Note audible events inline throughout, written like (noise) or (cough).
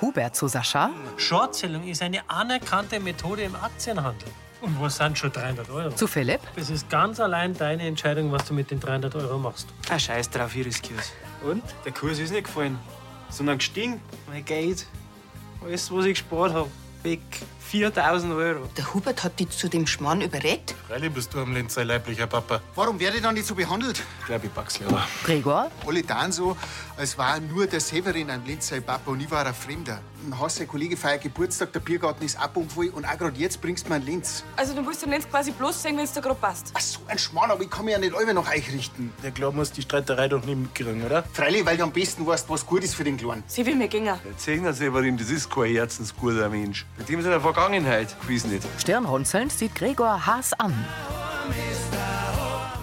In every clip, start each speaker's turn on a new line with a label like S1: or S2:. S1: Hubert zu Sascha,
S2: Shortselling ist eine anerkannte Methode im Aktienhandel. Und was sind schon 300 Euro?
S1: zu Philipp,
S2: Es ist ganz allein deine Entscheidung, was du mit den 300 Euro machst.
S3: Ah, scheiß drauf, ich riskier's.
S4: Und?
S3: Der Kurs ist nicht gefallen, sondern gestiegen. Mein Geld. Alles, was ich gespart habe. Weg. 4000 Euro.
S5: Der Hubert hat dich zu dem Schmarrn überredet?
S6: Freilich bist du am Lenz sein leiblicher Papa.
S7: Warum werde ich dann nicht so behandelt?
S6: Glaube ich, Baxlehrer.
S1: Gregor,
S7: Alle tun so, als war nur der Severin ein Linzer Papa und ich war ein Fremder. Im Haus, sein Kollege feiert Geburtstag, der Biergarten ist abumvoll und auch gerade jetzt bringst du mir einen Linz.
S8: Also du willst den Lenz quasi bloß sehen, wenn es dir gerade passt.
S7: Ach so, ein Schmarrn, aber ich kann mich ja nicht alle nach euch richten.
S6: Der Glauben muss die Streiterei doch nicht mitkriegen, oder?
S7: Freilich, weil du am besten weißt, was gut ist für den Kleinen.
S8: Sie will mir gänger.
S9: Erzähl dir Severin, das ist kein herzensguter Mensch. Mit dem ist er in der Vergangenheit. Ich weiß nicht.
S1: stirnrunzelnd sieht Gregor Haas an.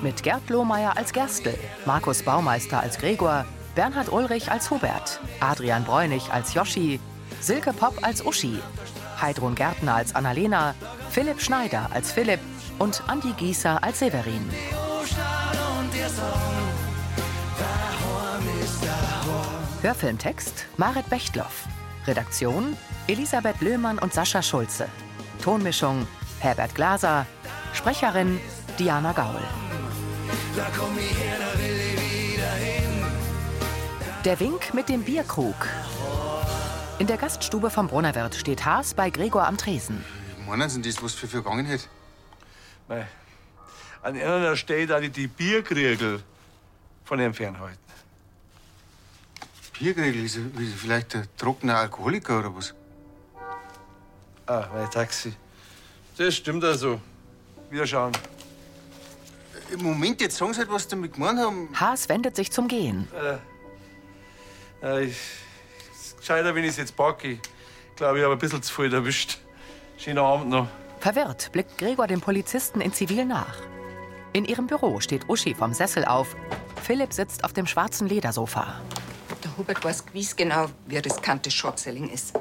S1: Mit Gerd Lohmeier als Gerstl, Markus Baumeister als Gregor, Bernhard Ulrich als Hubert, Adrian Bräunig als Joschi, Silke Popp als Uschi, Heidrun Gärtner als Annalena, Philipp Schneider als Philipp und Andi Gießer als Severin. Hörfilmtext Marit Bechtloff. Redaktion Elisabeth Löhmann und Sascha Schulze. Tonmischung Herbert Glaser. Sprecherin Diana Gaul. Der Wink mit dem Bierkrug. In der Gaststube vom Brunnerwirt steht Haas bei Gregor am Tresen.
S7: Meinen Sie das was für Vergangenheit?
S9: Mei. An einer Stelle da die Bierkriegel von ihm fernhalten.
S7: Bierkriegel ist, er- ist er vielleicht ein trockener Alkoholiker oder was?
S9: Ah, mein Taxi. Das stimmt also. Wir schauen.
S7: Im Moment, jetzt sagen Sie halt, was Sie damit gemeint haben.
S1: Haas wendet sich zum Gehen.
S9: Äh, ich, ist gescheiter, wenn ich es jetzt packe. Ich glaube, ich habe ein bisschen zu viel erwischt. Schönen Abend noch.
S1: Verwirrt blickt Gregor dem Polizisten in Zivil nach. In ihrem Büro steht Uschi vom Sessel auf. Philipp sitzt auf dem schwarzen Ledersofa.
S5: Der Hubert weiß gewiss genau, wie riskant das Shortselling ist.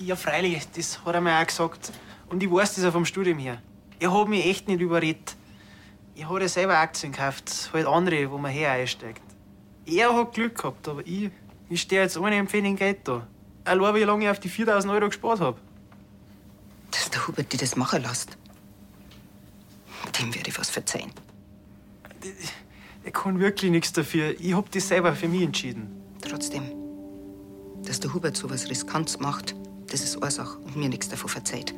S3: Ja, freilich, das hat er mir auch gesagt. Und ich weiß das auch vom Studium her. Er hat mich echt nicht überredet. Ich habe selber Aktien gekauft, halt andere, wo man her einsteigt. Er hat Glück gehabt, aber ich, ich stehe jetzt ohne Empfehlung Geld da. Allein, wie lange ich auf die 4000 Euro gespart habe.
S5: Dass der Hubert dir das machen lässt. Dem werde ich was verzeihen.
S3: Er kann wirklich nichts dafür. Ich habe das selber für mich entschieden.
S5: Trotzdem, dass der Hubert so was Riskantes macht, das ist Ursache und mir nichts davon verzeiht.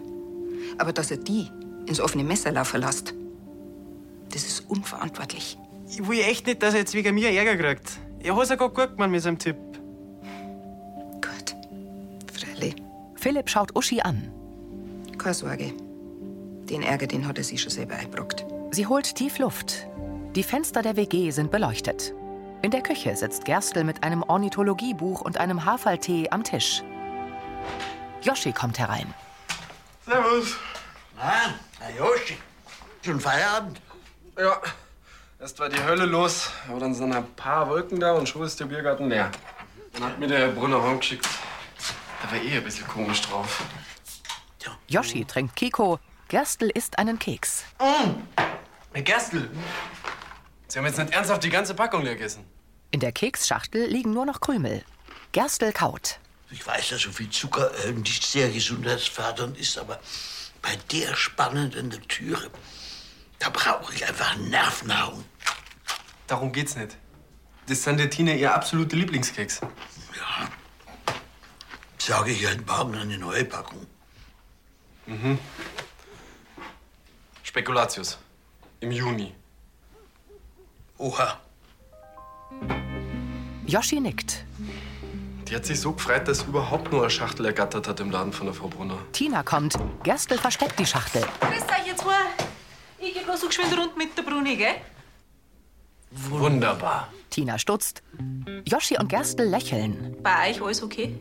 S5: Aber dass er die ins offene Messer laufen lässt, das ist unverantwortlich.
S3: Ich will echt nicht, dass er jetzt wegen mir Ärger kriegt. Er hat es ja gerade gut gemacht mit seinem Tipp.
S5: Gut, Freilich.
S1: Philipp schaut Uschi an.
S5: Keine Sorge. Den Ärger, den hat er sich schon selber eingebrockt.
S1: Sie holt tief Luft. Die Fenster der WG sind beleuchtet. In der Küche sitzt Gerstl mit einem Ornithologiebuch und einem Haferltee am Tisch. Joschi kommt herein.
S9: Servus.
S10: Ah, Herr Joschi. Schon Feierabend?
S11: Ja, erst war die Hölle los, aber dann sind ein paar Wolken da und schon ist der Biergarten leer. Dann hat mir der Herr Brunner heimgeschickt. Da war eh ein bisschen komisch drauf.
S1: Joschi trinkt Kiko. Gerstl isst einen Keks.
S10: Mm,
S11: Herr Gerstl! Sie haben jetzt nicht ernsthaft die ganze Packung leer gegessen.
S1: In der Keksschachtel liegen nur noch Krümel. Gerstl kaut.
S10: Ich weiß, dass so viel Zucker äh, nicht sehr gesundheitsfördernd ist, aber bei der spannenden Lektüre, da brauche ich einfach Nervennahrung.
S11: Darum geht's nicht. Das sind der Tina ihr absolute Lieblingskeks.
S10: Ja. Sage ich heute Morgen eine neue Packung.
S11: Mhm. Spekulatius. Im Juni.
S10: Oha.
S1: Joschi nickt.
S11: Die hat sich so gefreut, dass sie überhaupt nur eine Schachtel ergattert hat im Laden von der Frau Brunner.
S1: Tina kommt. Gerstl versteckt die Schachtel.
S8: Grüß euch jetzt mal. Ich geh bloß so geschwind rund mit der Bruni, gell?
S11: Wunderbar.
S1: Tina stutzt. Joschi und Gerstl lächeln.
S8: Bei euch alles okay?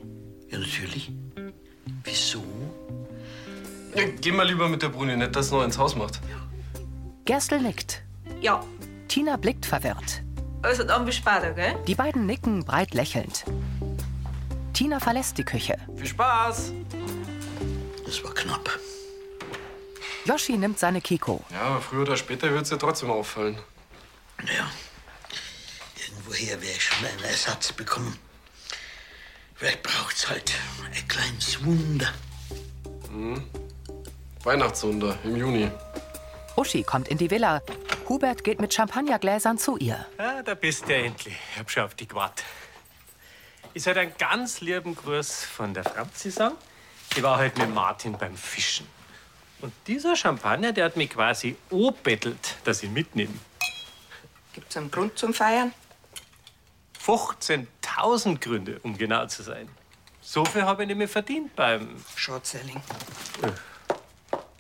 S10: Ja, natürlich. Wieso?
S11: Ja, geh mal lieber mit der Bruni, nicht, dass sie noch ins Haus macht.
S1: Gerstl nickt.
S8: Ja.
S1: Tina blickt verwirrt.
S8: Also dann bis später, gell?
S1: Die beiden nicken breit lächelnd. Tina verlässt die Küche.
S11: Viel Spaß!
S10: Das war knapp.
S1: Joschi nimmt seine Kiko.
S11: Ja, aber früher oder später wird's dir trotzdem auffallen.
S10: Naja, irgendwoher wäre ich schon einen Ersatz bekommen. Vielleicht braucht's halt ein kleines Wunder.
S11: Mhm. Weihnachtswunder im Juni.
S1: Uschi kommt in die Villa. Hubert geht mit Champagnergläsern zu ihr.
S2: Ah, da bist du ja endlich. Ich hab schon auf dich gewartet. Ich soll einen ganz lieben Gruß von der Franzi sagen. Die war heute mit Martin beim Fischen. Und dieser Champagner, der hat mich quasi anbettelt, dass ich ihn mitnehme.
S5: Gibt's einen Grund zum Feiern?
S2: 15.000 Gründe, um genau zu sein. So viel habe ich nicht mehr verdient beim...
S5: Shortselling.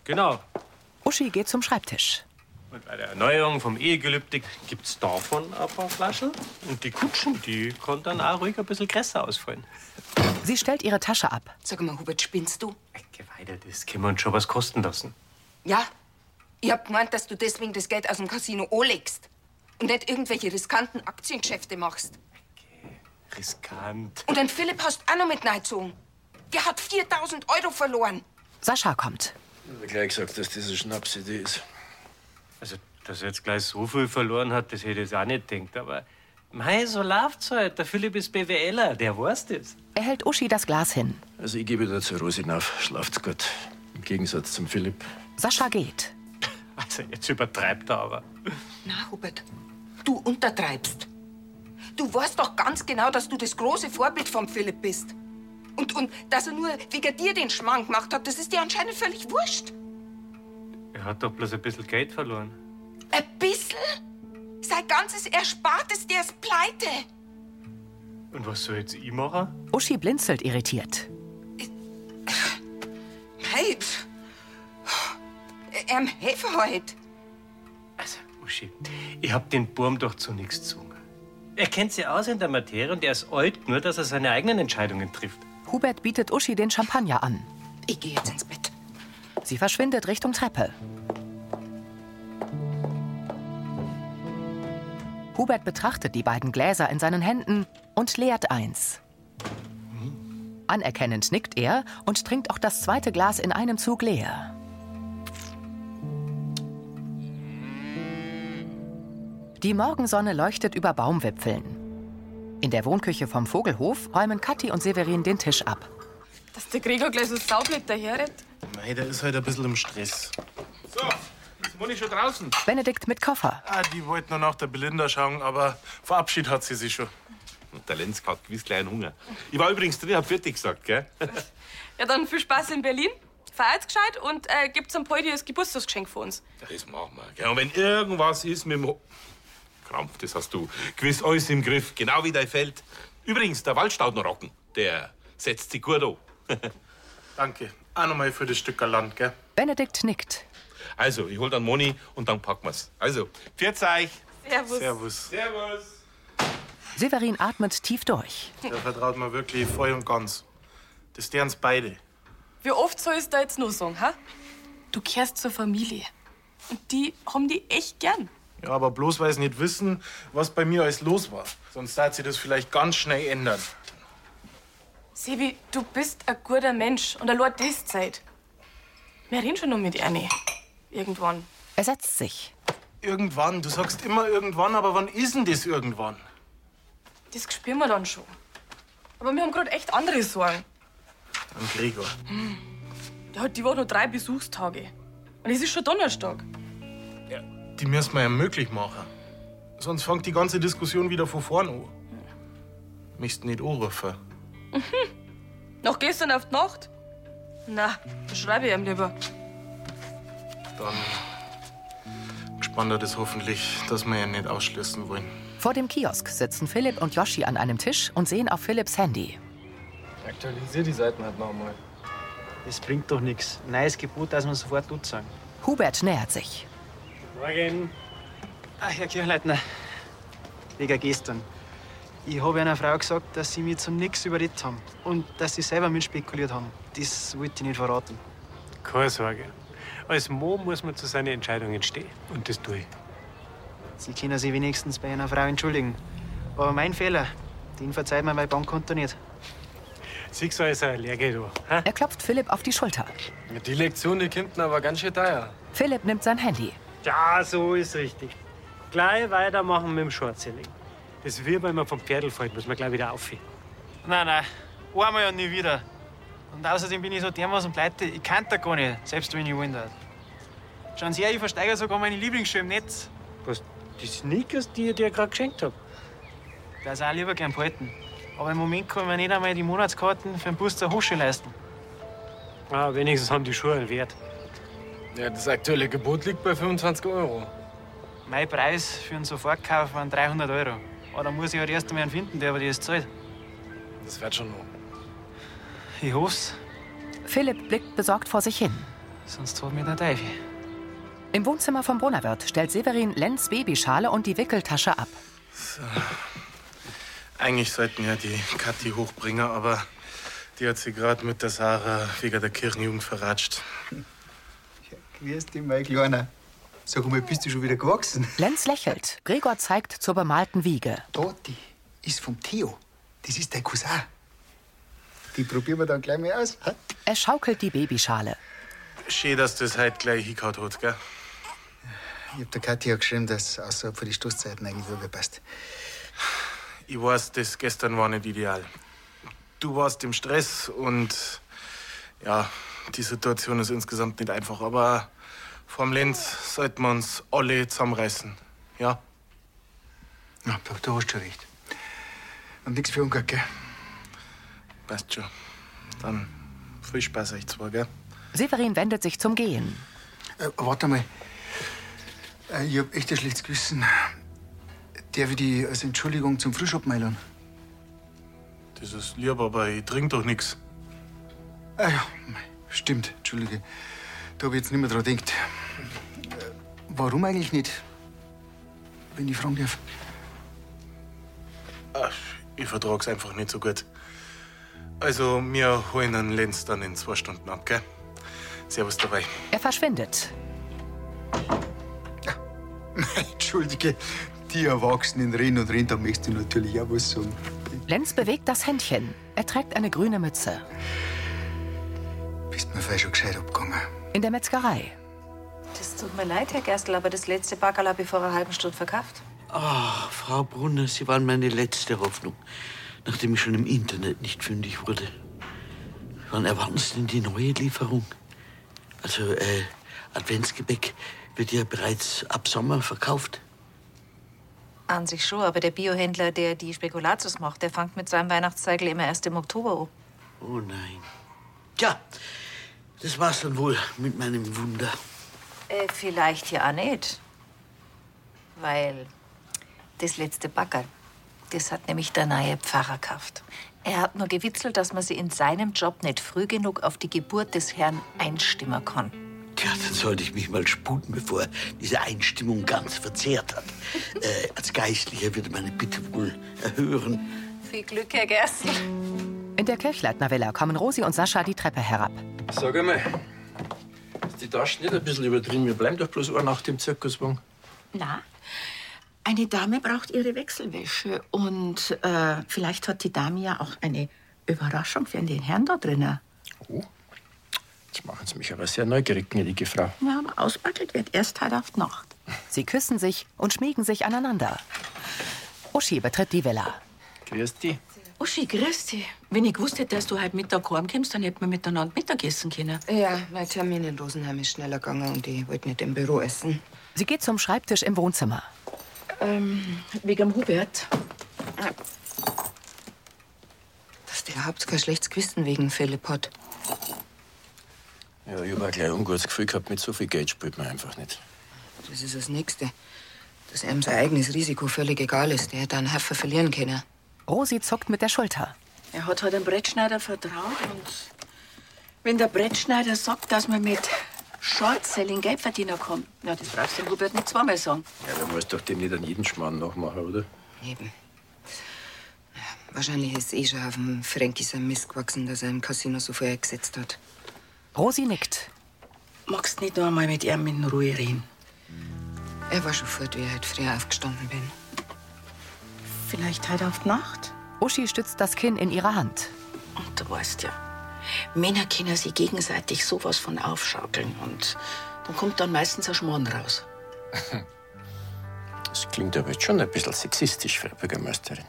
S2: Genau.
S1: Uschi geht zum Schreibtisch.
S2: Und bei der Erneuerung vom Ehegelübde gibt's davon ein paar Flaschen. Und die Kutschen, die konnten dann auch ruhig ein bisschen größer ausfallen.
S1: Sie stellt ihre Tasche ab.
S5: Sag mal, Hubert, spinnst du?
S2: Weiter, das können wir uns schon was kosten lassen.
S5: Ja, ich hab gemeint, dass du deswegen das Geld aus dem Casino anlegst und nicht irgendwelche riskanten Aktiengeschäfte machst.
S2: Riskant.
S5: Und den Philipp hast du auch noch mit reingezogen. Der hat 4000 Euro verloren.
S1: Sascha kommt.
S10: Ich habe gleich gesagt, dass das eine Schnapsidee ist.
S2: Also, dass er jetzt gleich so viel verloren hat, das hätte ich jetzt auch nicht gedacht. Aber mei, so läuft's halt. Der Philipp ist BWLer, der weiß das.
S1: Er hält Uschi das Glas hin.
S4: Also ich gebe da zur Rose hinauf. Schlaft's gut. Im Gegensatz zum Philipp.
S1: Sascha geht.
S2: Also, jetzt übertreibt er aber.
S5: Na, Hubert, du untertreibst. Du weißt doch ganz genau, dass du das große Vorbild vom Philipp bist. Und, und dass er nur wegen dir den Schmarrn gemacht hat, das ist dir anscheinend völlig wurscht.
S2: Er hat doch bloß ein bisschen Geld verloren.
S5: Ein bisschen? Sein ganzes Erspartes, der ist pleite.
S2: Und was soll jetzt ich machen?
S1: Uschi blinzelt irritiert.
S5: Hey, pff. er helfe heute.
S2: Uschi, Oh, ich hab den Burm doch zu nichts gezwungen. Er kennt sich aus in der Materie und er ist alt, nur dass er seine eigenen Entscheidungen trifft.
S1: Hubert bietet Uschi den Champagner an.
S5: Ich gehe jetzt ins Bett.
S1: Sie verschwindet Richtung Treppe. Hubert betrachtet die beiden Gläser in seinen Händen und leert eins. Anerkennend nickt er und trinkt auch das zweite Glas in einem Zug leer. Die Morgensonne leuchtet über Baumwipfeln. In der Wohnküche vom Vogelhof räumen Kathi und Severin den Tisch ab.
S8: Dass der Gregor gleich so saublöd daherrennt.
S6: Mei, der ist halt ein bisschen im Stress.
S9: So, jetzt bin ich schon draußen.
S1: Benedikt mit Koffer.
S6: Ah, die wollten nur nach der Belinda schauen, aber verabschiedet hat sie sich schon.
S12: Der Lenz hat gewiss kleinen Hunger. Ich war übrigens drin, hab fertig gesagt, gell?
S8: Ja, dann viel Spaß in Berlin. Feiert's gescheit und äh, gibt's am Poldi das Geburtstagsgeschenk für uns.
S12: Das machen wir, gell? Und wenn irgendwas ist mit dem Ho Krampf, das hast du gewiss alles im Griff, genau wie dein Feld. Übrigens, der Waldstaudnerrocken, der setzt sich gut an. (laughs)
S6: Danke. Auch nochmal für das Stück Land, gell?
S1: Benedikt nickt.
S12: Also, ich hol dann Moni und dann packen wir's. Also, pfiat's euch.
S8: Servus.
S6: Servus.
S12: Servus.
S1: Severin atmet tief durch.
S6: Der vertraut mir wirklich voll und ganz. Das dern's beide.
S8: Wie oft soll ich's da jetzt nur sagen, ha? Du gehörst zur Familie. Und die haben die echt gern.
S6: Ja, aber bloß weil sie nicht wissen, was bei mir alles los war. Sonst hat sie das vielleicht ganz schnell ändern.
S8: Sebi, du bist ein guter Mensch und allein das Zeit. Wir reden schon noch mit Ernie. Irgendwann.
S1: Er setzt sich.
S6: Irgendwann, du sagst immer irgendwann, aber wann ist denn das irgendwann?
S8: Das spüren wir dann schon. Aber wir haben gerade echt andere Sorgen.
S6: Am Gregor.
S8: Der hat die Woche noch drei Besuchstage. Und es ist schon Donnerstag.
S6: Die müssen wir ja möglich machen. Sonst fängt die ganze Diskussion wieder von vorn an. Mich nicht anrufen.
S8: Noch gestern auf die Nacht? Na, dann schreibe ich ihm lieber.
S6: Dann gespannt er das hoffentlich, dass wir ihn nicht ausschließen wollen.
S1: Vor dem Kiosk sitzen Philipp und Yoshi an einem Tisch und sehen auf Philipps Handy.
S11: Aktualisier die Seiten halt nochmal.
S3: Das bringt doch nichts. Neues Gebot, dass man sofort tut sagen.
S1: Hubert nähert sich.
S2: Morgen.
S3: Ah, Herr Kirchleitner, wegen gestern. Ich habe einer Frau gesagt, dass sie mir zum Nix überredet haben und dass sie selber mitspekuliert haben. Das wollte ich nicht verraten.
S2: Keine Sorge. Als Mo muss man zu seinen Entscheidungen stehen. Und das tue ich.
S3: Sie können sich wenigstens bei einer Frau entschuldigen. Aber mein Fehler, den verzeiht mir mein Bankkonto nicht.
S2: Siehst du, ist ein Lehrgeld.
S1: Er klopft Philipp auf die Schulter.
S11: Die Lektion, die kommt aber ganz schön daher.
S1: Philipp nimmt sein Handy.
S2: Ja, so ist richtig. Gleich weitermachen mit dem Shortselling. Das Wirbel, wenn man vom Pferdl fällt, muss man gleich wieder aufheben.
S3: Nein, nein, Einmal ja nie wieder. Und außerdem bin ich so dermaßen pleite, ich kann da gar nicht, selbst wenn ich wollen würde. Schauen Sie her, ich versteigere sogar meine Lieblingsschuhe im Netz.
S2: Was? Die Sneakers, die ich dir gerade geschenkt habe?
S3: Das auch lieber gern behalten. Aber im Moment kann man nicht einmal die Monatskarten für den Bus zur Hochschule leisten.
S2: Ah, wenigstens haben die Schuhe einen Wert.
S11: Ja, das aktuelle Gebot liegt bei 25 Euro.
S3: Mein Preis für einen Sofortkauf waren 300 Euro. Aber da muss ich halt erst einmal einen finden, der aber das zahlt.
S11: Das wird schon noch.
S3: Ich hoff's,
S1: Philipp blickt besorgt vor sich hin.
S3: sonst holt mich der Teufel.
S1: Im Wohnzimmer vom Brunnerwirt stellt Severin Lenz Babyschale und die Wickeltasche ab.
S6: Eigentlich sollten ja die Kathi hochbringen, aber die hat sie gerade mit der Sarah wegen der Kirchenjugend verratscht.
S13: Grüß dich, mein Kleiner. Sag mal, bist du schon wieder gewachsen?
S1: Lenz lächelt. Gregor zeigt zur bemalten Wiege.
S13: Dati ist vom Theo. Das ist dein Cousin. Die probieren wir dann gleich mal aus. hä?
S1: Er schaukelt die Babyschale.
S6: Schön, dass das halt gleich hingehauen hat, gell?
S13: Ich hab der Katja geschrieben, dass es außerhalb von den Stoßzeiten eigentlich überpasst.
S6: Ich weiß, das gestern war nicht ideal. Du warst im Stress und ja, die Situation ist insgesamt nicht einfach. Aber vom Lenz sollten wir uns alle zusammenreißen. Ja?
S13: Ja, da, da hast du schon recht. Und nichts für Ungarn, gell?
S6: Passt schon. Dann viel Spaß euch zwei, gell?
S1: Severin wendet sich zum Gehen.
S13: Äh, warte mal. Äh, ich hab echt ein schlechtes Gewissen. Darf ich die als Entschuldigung zum Frühschoppen einladen?
S6: Das ist lieb, aber ich trink doch nichts.
S13: Ah ja, mei, stimmt, Entschuldige. Da hab ich jetzt nicht mehr dran gedacht. Äh, Warum eigentlich nicht? Wenn ich fragen darf. (laughs)
S6: Ach, ich vertrag's einfach nicht so gut. Also, wir holen den Lenz dann in zwei Stunden ab, gell? Servus dabei.
S1: Er verschwindet.
S13: Entschuldige, die Erwachsenen reden und reden, da möchtest du natürlich auch was sagen.
S1: Lenz bewegt das Händchen. Er trägt eine grüne Mütze.
S13: Bist mir vorher schon gescheit abgegangen.
S1: In der Metzgerei.
S14: Das tut mir leid, Herr Gerstl, aber das letzte Backerl habe ich vor einer halben Stunde verkauft.
S10: Ach, Ah, Frau Brunner, Sie waren meine letzte Hoffnung, nachdem ich schon im Internet nicht fündig wurde. Wann erwarten Sie denn die neue Lieferung? Also, äh, Adventsgebäck wird ja bereits ab Sommer verkauft.
S14: An sich schon, aber der Biohändler, der die Spekulatius macht, der fängt mit seinem Weihnachtszeigel immer erst im Oktober an.
S10: Oh nein. Tja, das war's dann wohl mit meinem Wunder.
S14: Äh, vielleicht ja auch nicht. Weil das letzte Backerl, das hat nämlich der neue Pfarrer gekauft. Er hat nur gewitzelt, dass man sie in seinem Job nicht früh genug auf die Geburt des Herrn einstimmen kann.
S10: Tja, dann sollte ich mich mal sputen, bevor diese Einstimmung ganz verzehrt hat. Äh, als Geistlicher würde meine Bitte wohl erhören.
S14: Viel Glück, Herr Gerstl.
S1: In der Kirchleitner Villa kommen Rosi und Sascha die Treppe herab.
S15: Sag einmal, ist die Tasche nicht ein bisschen übertrieben? Wir bleiben doch bloß eine Nacht im Zirkuswagen.
S16: Na, eine Dame braucht ihre Wechselwäsche. Und äh, vielleicht hat die Dame ja auch eine Überraschung für den Herrn da drinnen.
S15: Jetzt machen Sie mich aber sehr neugierig, gnädige Frau.
S16: Ja, aber ausbackelt wird erst heute auf die Nacht.
S1: Sie küssen sich und schmiegen sich aneinander. Uschi betritt die Villa.
S15: Grüß dich.
S17: Uschi, grüß dich. Wenn ich gewusst hätte, dass du heute Mittag heimkommst, dann hätten wir miteinander Mittag essen können.
S5: Ja, mein Termin in Rosenheim ist schneller gegangen und ich wollte nicht im Büro essen.
S1: Sie geht zum Schreibtisch im Wohnzimmer.
S16: Ähm, wegen dem Hubert.
S5: Dass der überhaupt kein schlechtes Gewissen wegen Philipp hat.
S15: Ja, ich habe gleich ein ungutes Gefühl gehabt, mit so viel Geld spielt man einfach nicht.
S5: Das ist das Nächste. Dass ihm sein eigenes Risiko völlig egal ist. Der hätte einen Heffer verlieren können.
S1: Rosi zuckt Oh, mit der Schulter.
S17: Er hat halt dem Brettschneider vertraut und wenn der Brettschneider sagt, dass man mit Short-Selling Geld verdienen kann, na, das brauchst du dem Hubert nicht zweimal sagen.
S15: Ja, da musst du doch dem nicht an jeden Schmarrn nachmachen, oder? (laughs)
S5: Eben. Wahrscheinlich ist eh schon auf dem Frankie sein Mist gewachsen, dass er im Casino so vorher gesetzt hat.
S1: Rosi nickt.
S17: Magst nicht nur einmal mit ihm in Ruhe reden?
S5: Er war schon fort, wie ich heute früh aufgestanden bin.
S16: Vielleicht heute auf die Nacht?
S1: Uschi stützt das Kinn in ihre Hand.
S16: Und du weißt ja, Männer können sich gegenseitig sowas von aufschaukeln. Und dann kommt dann meistens ein Schmarrn raus.
S15: Das klingt aber jetzt schon ein bisschen sexistisch, Frau Bürgermeisterin.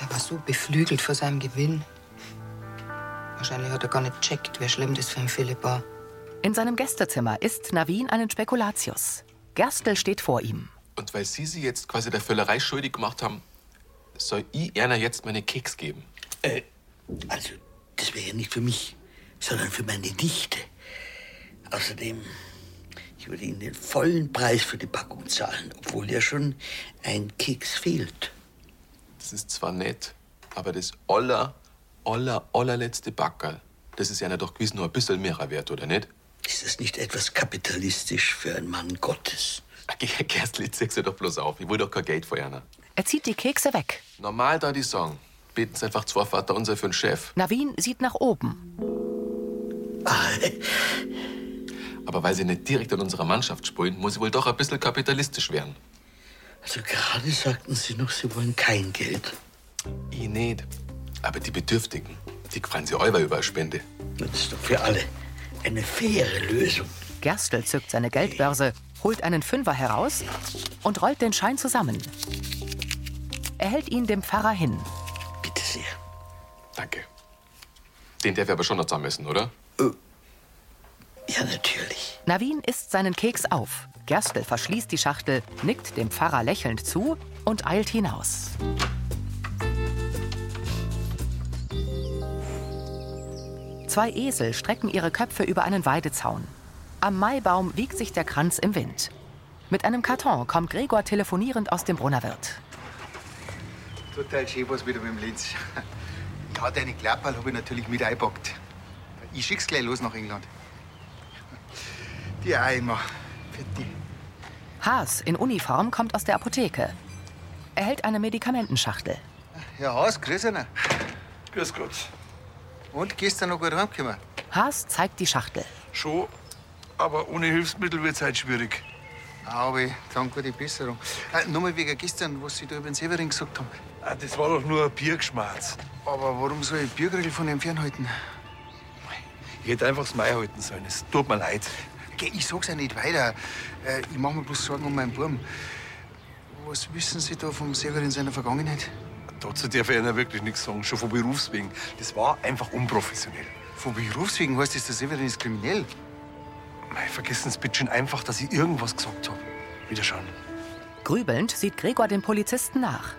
S5: Er war so beflügelt vor seinem Gewinn. Wahrscheinlich hat er gar nicht checkt, wie schlimm das für einen Philipp war.
S1: In seinem Gästezimmer isst Navin einen Spekulatius. Gerstl steht vor ihm.
S18: Und weil Sie sie jetzt quasi der Völlerei schuldig gemacht haben, soll ich Erna jetzt meine Keks geben.
S10: Äh, also, das wäre ja nicht für mich, sondern für meine Nichte. Außerdem, ich würde Ihnen den vollen Preis für die Packung zahlen, obwohl ja schon ein Keks fehlt.
S18: Das ist zwar nett, aber das aller, aller, allerletzte Backerl, das ist ja doch gewiss nur ein bisschen mehr wert, oder nicht?
S10: Ist das nicht etwas kapitalistisch für einen Mann Gottes?
S18: Ge- Gerstl, jetzt zeig's doch bloß auf. Ich will doch kein Geld von Erna.
S1: Er zieht die Kekse weg.
S18: Normal da die Song. Beten Sie einfach zwei Vater unser für den Chef.
S1: Navin sieht nach oben.
S18: (laughs) Aber weil sie nicht direkt an unserer Mannschaft spielen, muss sie wohl doch ein bisschen kapitalistisch werden.
S10: Also gerade sagten Sie noch, Sie wollen kein Geld.
S18: Ich nicht. Aber die Bedürftigen, die freuen sich euer über eine Spende.
S10: Das ist doch für alle eine faire Lösung.
S1: Gerstl zückt seine Geldbörse, holt einen Fünfer heraus und rollt den Schein zusammen. Er hält ihn dem Pfarrer hin.
S10: Bitte sehr.
S18: Danke. Den darf ich aber schon noch zusammen essen, oder?
S10: Ja, natürlich.
S1: Navin isst seinen Keks auf. Gerstl verschließt die Schachtel, nickt dem Pfarrer lächelnd zu und eilt hinaus. Zwei Esel strecken ihre Köpfe über einen Weidezaun. Am Maibaum wiegt sich der Kranz im Wind. Mit einem Karton kommt Gregor telefonierend aus dem Brunnerwirt.
S13: Total schön was wieder mit dem Lenz. (laughs) Ja, deine Klapperl habe ich natürlich mit eingepackt. Ich schick's gleich los nach England. Die Eimer.
S1: Haas in Uniform kommt aus der Apotheke. Er hält eine Medikamentenschachtel.
S13: Ja, Haas, grüß einer.
S11: Grüß Gott.
S13: Und gestern noch gut heimgekommen?
S1: Haas zeigt die Schachtel.
S9: Schon, aber ohne Hilfsmittel wird's halt schwierig.
S13: Aber dann gute Besserung. Äh, Nochmal wegen gestern, was Sie da über den Severin gesagt haben.
S9: Ah, Das war doch nur ein Biergeschmatz.
S13: Aber warum soll ich Biergrill von ihm fernhalten?
S9: Ich hätte einfach das Mai halten sollen. Es tut mir leid.
S13: Geh, Ich sag's ja nicht weiter. Äh, ich mach mir bloß Sorgen um meinen Burm. Was wissen Sie da vom Severin seiner Vergangenheit?
S9: Dazu darf ich Ihnen wirklich nichts sagen. Schon von Berufs wegen. Das war einfach unprofessionell.
S13: Von Berufs wegen heißt das, der Severin ist kriminell?
S9: Mei, vergessen Sie bitte schön einfach, dass ich irgendwas gesagt habe. Wiederschauen.
S1: Grübelnd sieht Gregor dem Polizisten nach.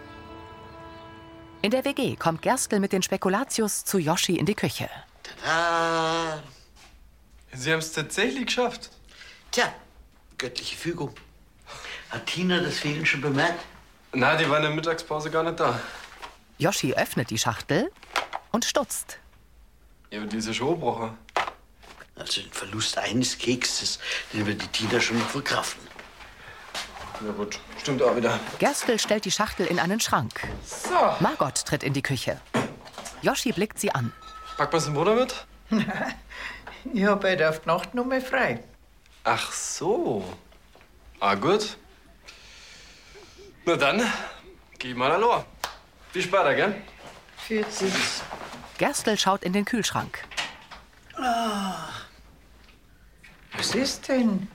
S1: In der WG kommt Gerstl mit den Spekulatius zu Yoshi in die Küche.
S11: Ah. Sie haben es tatsächlich geschafft.
S10: Tja, göttliche Fügung. Hat Tina das Fehlen schon bemerkt?
S11: Na, die war in der Mittagspause gar nicht da.
S1: Yoshi öffnet die Schachtel und stutzt.
S11: Ja, aber diese Showbrocher.
S10: Also den Verlust eines Kekses, den wird die Tina schon noch verkraften.
S11: Na gut, stimmt auch wieder.
S1: Gerstl stellt die Schachtel in einen Schrank. Margot tritt in die Küche. Yoshi blickt sie an.
S11: Pack was im Bruderwirt?
S19: (laughs) Ich hab heute auf die Nacht noch mal frei.
S11: Ach so. Ah, gut. Na dann, geh mal hallo. Bis später, gell?
S19: 40.
S1: Gerstl schaut in den Kühlschrank.
S19: Ah. Was ist denn?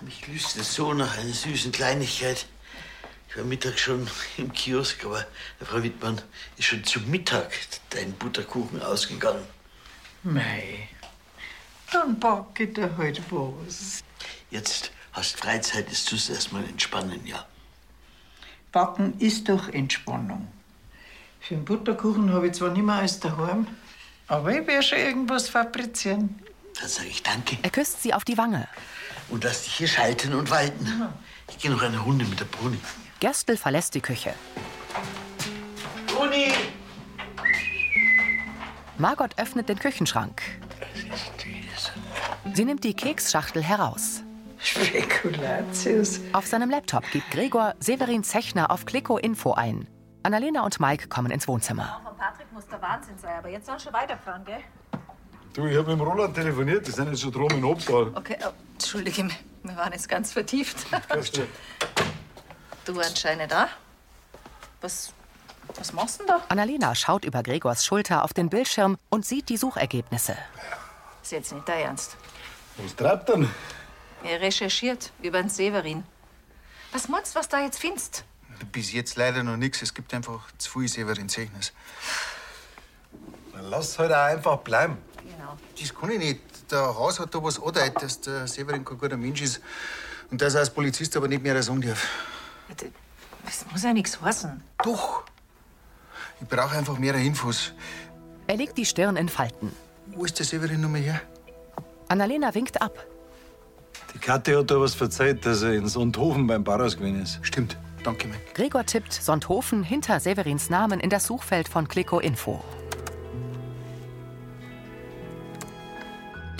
S10: Mich lüstet es so nach einer süßen Kleinigkeit. Ich war Mittag schon im Kiosk, aber der Frau Wittmann ist schon zu Mittag dein Butterkuchen ausgegangen.
S19: Mei. Dann pack ich dir halt was.
S10: Jetzt hast Freizeit, jetzt tust du erstmal entspannen, ja.
S19: Backen ist doch Entspannung. Für den Butterkuchen habe ich zwar nicht mehr alles daheim, aber ich werde schon irgendwas fabrizieren.
S10: Dann sage ich danke.
S1: Er küsst sie auf die Wange.
S10: Und lass dich hier schalten und walten. Ich gehe noch eine Runde mit der Bruni.
S1: Gerstl verlässt die Küche.
S10: Bruni!
S1: Margot öffnet den Küchenschrank. Sie nimmt die Keksschachtel heraus.
S19: Spekulatius.
S1: Auf seinem Laptop gibt Gregor Severin Zechner auf Klicko Info ein. Annalena und Mike kommen ins Wohnzimmer.
S20: Von Patrick muss der Wahnsinn sein, aber jetzt sollst du weiterfahren, gell?
S21: Du, ich hab mit dem Roland telefoniert, die sind jetzt schon drum in Obtal.
S14: Okay, oh, entschuldige, wir waren jetzt ganz vertieft. Du anscheinend auch. Was, was machst du denn da?
S1: Annalena schaut über Gregors Schulter auf den Bildschirm und sieht die Suchergebnisse.
S14: Ist jetzt nicht dein Ernst.
S21: Was treibt denn?
S14: Er recherchiert über den Severin. Was meinst du, was du da jetzt findest?
S13: bis jetzt leider noch nichts. Es gibt einfach zu viel Severin Zechnes.
S21: Lass halt auch einfach bleiben.
S20: Genau.
S13: Das kann ich nicht. Der Haus hat da was angedeutet, dass der Severin kein guter Mensch ist. Und dass er als Polizist aber nicht mehr sagen darf.
S14: Das muss ja nichts heißen.
S13: Doch. Ich brauche einfach mehr Infos.
S1: Er legt die Stirn in Falten.
S13: Wo ist der Severin nochmal her?
S1: Annalena winkt ab.
S21: Die Kathi hat da was verzeiht, dass er in Sonthofen beim Barras gewesen ist.
S13: Stimmt. Danke, Mike.
S1: Gregor tippt Sonthofen hinter Severins Namen in das Suchfeld von Clico Info.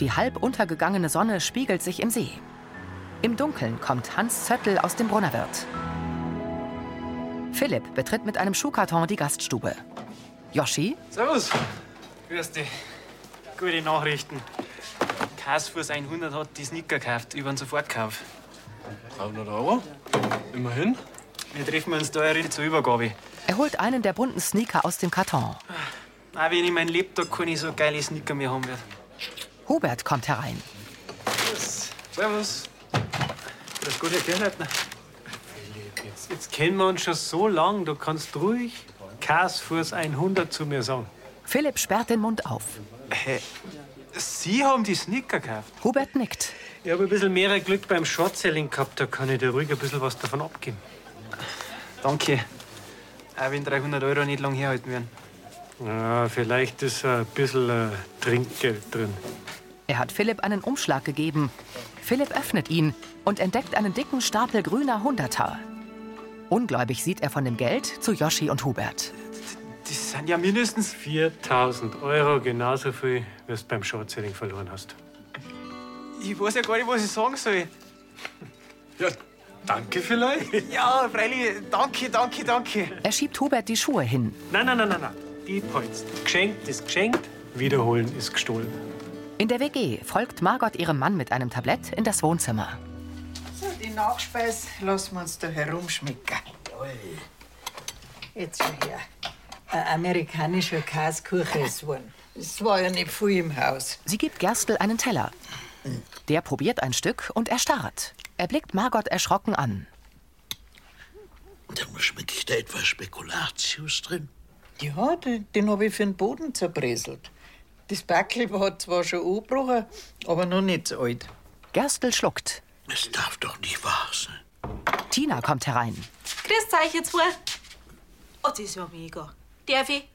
S1: Die halb untergegangene Sonne spiegelt sich im See. Im Dunkeln kommt Hans Zöttl aus dem Brunnerwirt. Philipp betritt mit einem Schuhkarton die Gaststube. Yoshi,
S3: Servus. Grüß dich. Gute Nachrichten. Kassfuß 100 hat die Sneaker gekauft über den Sofortkauf. 300 Euro? Immerhin. Wir treffen uns da ja zur Übergabe.
S1: er holt einen der bunten Sneaker aus dem Karton.
S3: Auch wenn ich meinen Lebtag keine so geile Sneaker mehr haben werde.
S1: Hubert kommt herein.
S3: Servus. Alles gut, Herr Kirchleitner. Jetzt, jetzt kennen wir uns schon so lang, du kannst ruhig Kassfuß 100 zu mir sagen.
S1: Philipp sperrt den Mund auf.
S3: Hä? Äh, Sie haben die Sneaker gekauft?
S1: Hubert nickt.
S3: Ich habe ein bisschen mehr Glück beim Shortselling gehabt, da kann ich dir ruhig ein bisschen was davon abgeben. Danke. Auch wenn 300 Euro nicht lang herhalten werden. Ja, vielleicht ist ein bisschen äh, Trinkgeld drin.
S1: Er hat Philipp einen Umschlag gegeben. Philipp öffnet ihn und entdeckt einen dicken Stapel grüner Hunderter. Ungläubig sieht er von dem Geld zu Yoshi und Hubert.
S3: Das sind ja mindestens 4000 Euro, genauso viel, wie du beim Shortselling verloren hast. Ich weiß ja gar nicht, was ich sagen soll. Ja, danke vielleicht? Ja, freilich. Danke, danke, danke.
S1: Er schiebt Hubert die Schuhe hin.
S3: Nein, nein, nein, nein, nein. Die polzt. Geschenkt ist geschenkt, wiederholen ist gestohlen.
S1: In der WG folgt Margot ihrem Mann mit einem Tablett in das Wohnzimmer.
S19: So, die Nachspeise lassen wir uns da herumschmecken. Jetzt schon her. Ein amerikanischer Käsekuchen (laughs) ist worden. Es war ja nicht viel im Haus.
S1: Sie gibt Gerstl einen Teller. Der probiert ein Stück und erstarrt. Er blickt Margot erschrocken an.
S10: Schmeckt da etwas Spekulatius drin?
S19: Ja, den, den habe ich für den Boden zerbreselt. Das Backel hat zwar schon angebrochen, aber noch nicht so alt.
S1: Gerstl schluckt.
S19: Es darf doch nicht wahr sein.
S1: Tina kommt herein.
S7: Grüßt euch jetzt vor. Oh, das ist ja mega. Darf ich?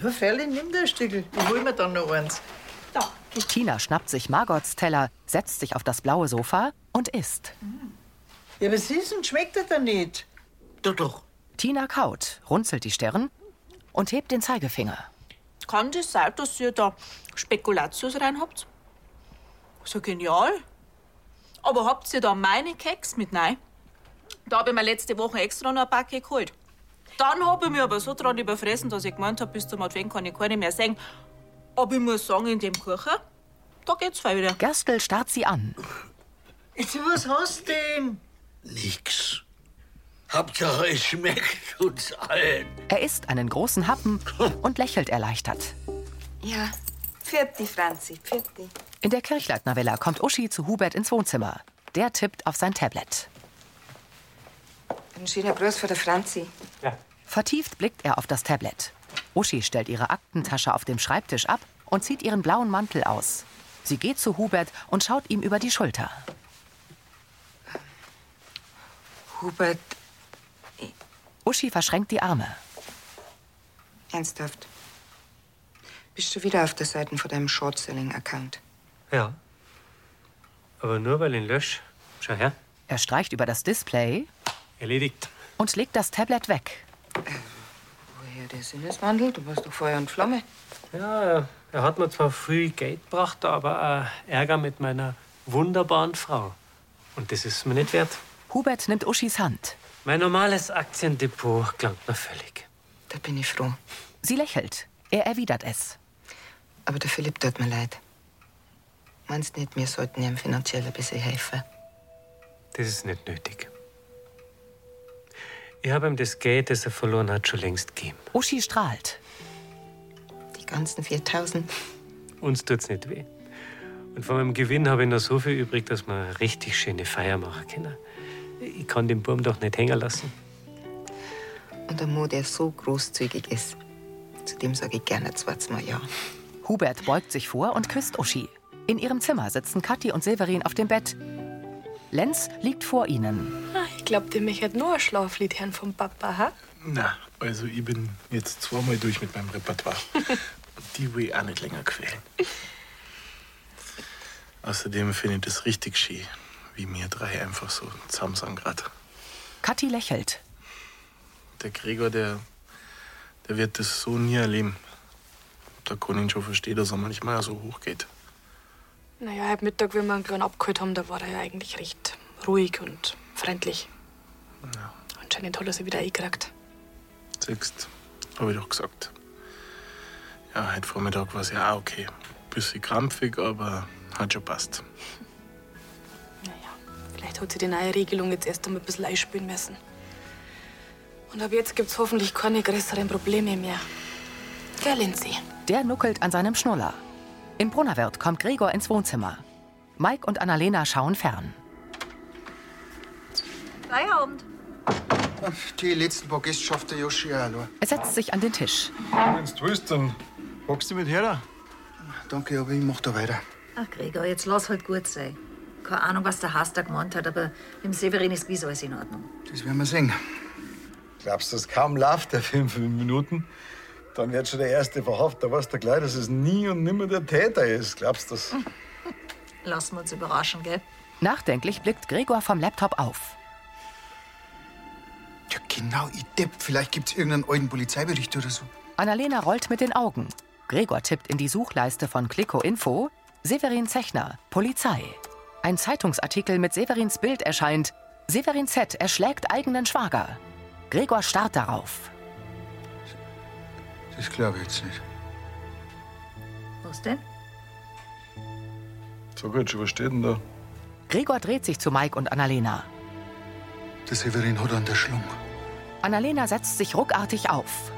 S19: Ja, freilich, nimm dir ein Stückel. Ich hol mir dann noch eins.
S1: Tina schnappt sich Margots Teller, setzt sich auf das blaue Sofa und isst.
S19: Hm. Ja, was ist denn? Schmeckt er denn nicht?
S1: Doch, doch. Tina kaut, runzelt die Stirn und hebt den Zeigefinger.
S7: Kann das sein, dass ihr da Spekulatius rein habt? So genial. Aber habt ihr da meine Keks mit rein? Da habe ich mir letzte Woche extra noch ein paar geholt. Dann habe ich mich aber so dran überfressen, dass ich gemeint habe, bis zum Advent kann ich keine mehr sehen. Aber ich muss sagen, in dem Kuchen, da geht's voll wieder.
S1: Gerstl starrt sie an.
S19: Jetzt, was hast du denn?
S10: Nix. Hauptsache, es schmeckt uns allen.
S1: Er isst einen großen Happen und lächelt erleichtert.
S22: Ja, pfiat Franzi, pfiat
S1: In der Kirchleitner Villa kommt Uschi zu Hubert ins Wohnzimmer. Der tippt auf sein Tablet.
S5: Ein schöner Gruß von der Franzi.
S1: Vertieft blickt er auf das Tablet. Uschi stellt ihre Aktentasche auf dem Schreibtisch ab und zieht ihren blauen Mantel aus. Sie geht zu Hubert und schaut ihm über die Schulter.
S5: Hubert,
S1: Uschi verschränkt die Arme.
S5: ernsthaft. Bist du wieder auf der Seite von deinem Shortselling-Account?
S2: Ja. Aber nur weil ich ihn lösche. Schau her.
S1: Er streicht über das Display
S2: Erledigt.
S1: und legt das Tablet weg.
S5: Woher Oh der Sinneswandel? Du warst doch Feuer und Flamme.
S2: Ja, er hat mir zwar viel Geld gebracht, aber äh, Ärger mit meiner wunderbaren Frau. Und das ist mir nicht wert.
S1: Hubert nimmt Uschis Hand.
S2: Mein normales Aktiendepot klangt mir völlig.
S5: Da bin ich froh.
S1: Sie lächelt. Er erwidert es.
S5: Aber der Philipp tut mir leid. Meinst nicht, wir sollten ihm finanziell ein bisschen helfen?
S2: Das ist nicht nötig. Ich habe ihm das Geld, das er verloren hat, schon längst gegeben.
S1: Uschi strahlt.
S5: Die ganzen 4000.
S2: Uns tut's nicht weh. Und von meinem Gewinn habe ich noch so viel übrig, dass wir eine richtig schöne Feier machen können. Ich kann den Burm doch nicht hängen lassen.
S5: Und ein Mann, der so großzügig ist, zu dem sage ich gerne zweimal ja.
S1: Hubert beugt sich vor und küsst Uschi. In ihrem Zimmer sitzen Kathi und Severin auf dem Bett. Lenz liegt vor ihnen.
S8: Ah, Ich glaub, ihr möchtet nur ein Schlaflied hören vom Papa, ha?
S6: Na, also ich bin jetzt zweimal durch mit meinem Repertoire. (laughs) Die will ich auch nicht länger quälen. Außerdem finde ich das richtig schön, wie wir drei einfach so zusammen sind gerade.
S1: Kathi lächelt.
S6: Der Gregor, der, der wird das so nie erleben. Da kann ich ihn schon verstehen, dass er manchmal so hoch geht.
S8: Naja, heute Mittag, wenn wir ihn gerade abgeholt haben, da war er ja eigentlich recht ruhig und freundlich. Anscheinend hat er sie wieder eingekriegt.
S6: Siehst, habe ich doch gesagt. Ja, heute Vormittag war es ja auch okay. Bisschen krampfig, aber hat schon passt.
S8: Vielleicht hat sie die neue Regelung jetzt erst einmal ein bisschen einspülen müssen. Und ab jetzt gibt's hoffentlich keine größeren Probleme mehr. Gell, Lindsay?
S1: Der nuckelt an seinem Schnuller. Im Brunnerwirt kommt Gregor ins Wohnzimmer. Mike und Annalena schauen fern.
S20: Feierabend.
S13: Die letzten paar Gäste schafft der Joschi auch allein.
S1: Er setzt sich an den Tisch.
S21: Wenn du willst, dann hockst du mit her.
S13: Danke, aber ich mach da weiter.
S20: Ach, Gregor, jetzt lass halt gut sein. Keine Ahnung, was der Haas da gemeint hat, aber mit dem Severin ist gewiss alles in Ordnung.
S13: Das werden wir sehen.
S21: Glaubst du, das kaum läuft, der Film, fünf Minuten? Dann wird schon der Erste verhaftet. Da weißt du gleich, dass es nie und nimmer der Täter ist. Glaubst du
S1: Mhm.
S21: das?
S20: Lassen wir uns überraschen, gell?
S1: Nachdenklich blickt Gregor vom Laptop auf.
S13: Genau, ich depp. Vielleicht gibt's irgendeinen alten Polizeibericht oder so.
S1: Annalena rollt mit den Augen. Gregor tippt in die Suchleiste von Kliko Info. Severin Zechner, Polizei. Ein Zeitungsartikel mit Severins Bild erscheint. Severin Z erschlägt eigenen Schwager. Gregor starrt darauf.
S13: Das glaube ich jetzt nicht.
S20: Was denn?
S21: Sag jetzt, was steht denn da?
S1: Gregor dreht sich zu Mike und Annalena.
S13: Der Severin hat an der Schlung.
S1: Annalena setzt sich ruckartig auf.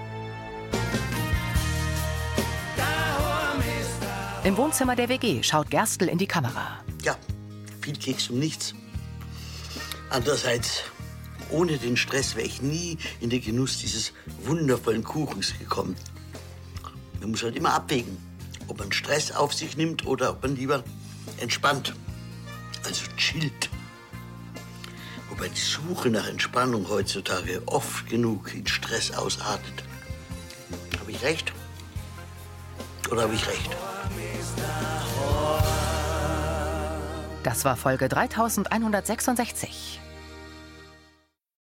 S1: Im Wohnzimmer der WG schaut Gerstl in die Kamera.
S10: Ja, viel Keks um nichts. Andererseits, ohne den Stress wäre ich nie in den Genuss dieses wundervollen Kuchens gekommen. Man muss halt immer abwägen, ob man Stress auf sich nimmt oder ob man lieber entspannt. Also chillt. Wobei die Suche nach Entspannung heutzutage oft genug in Stress ausartet. Habe ich recht? Oder habe ich recht?
S1: Das war Folge 3166.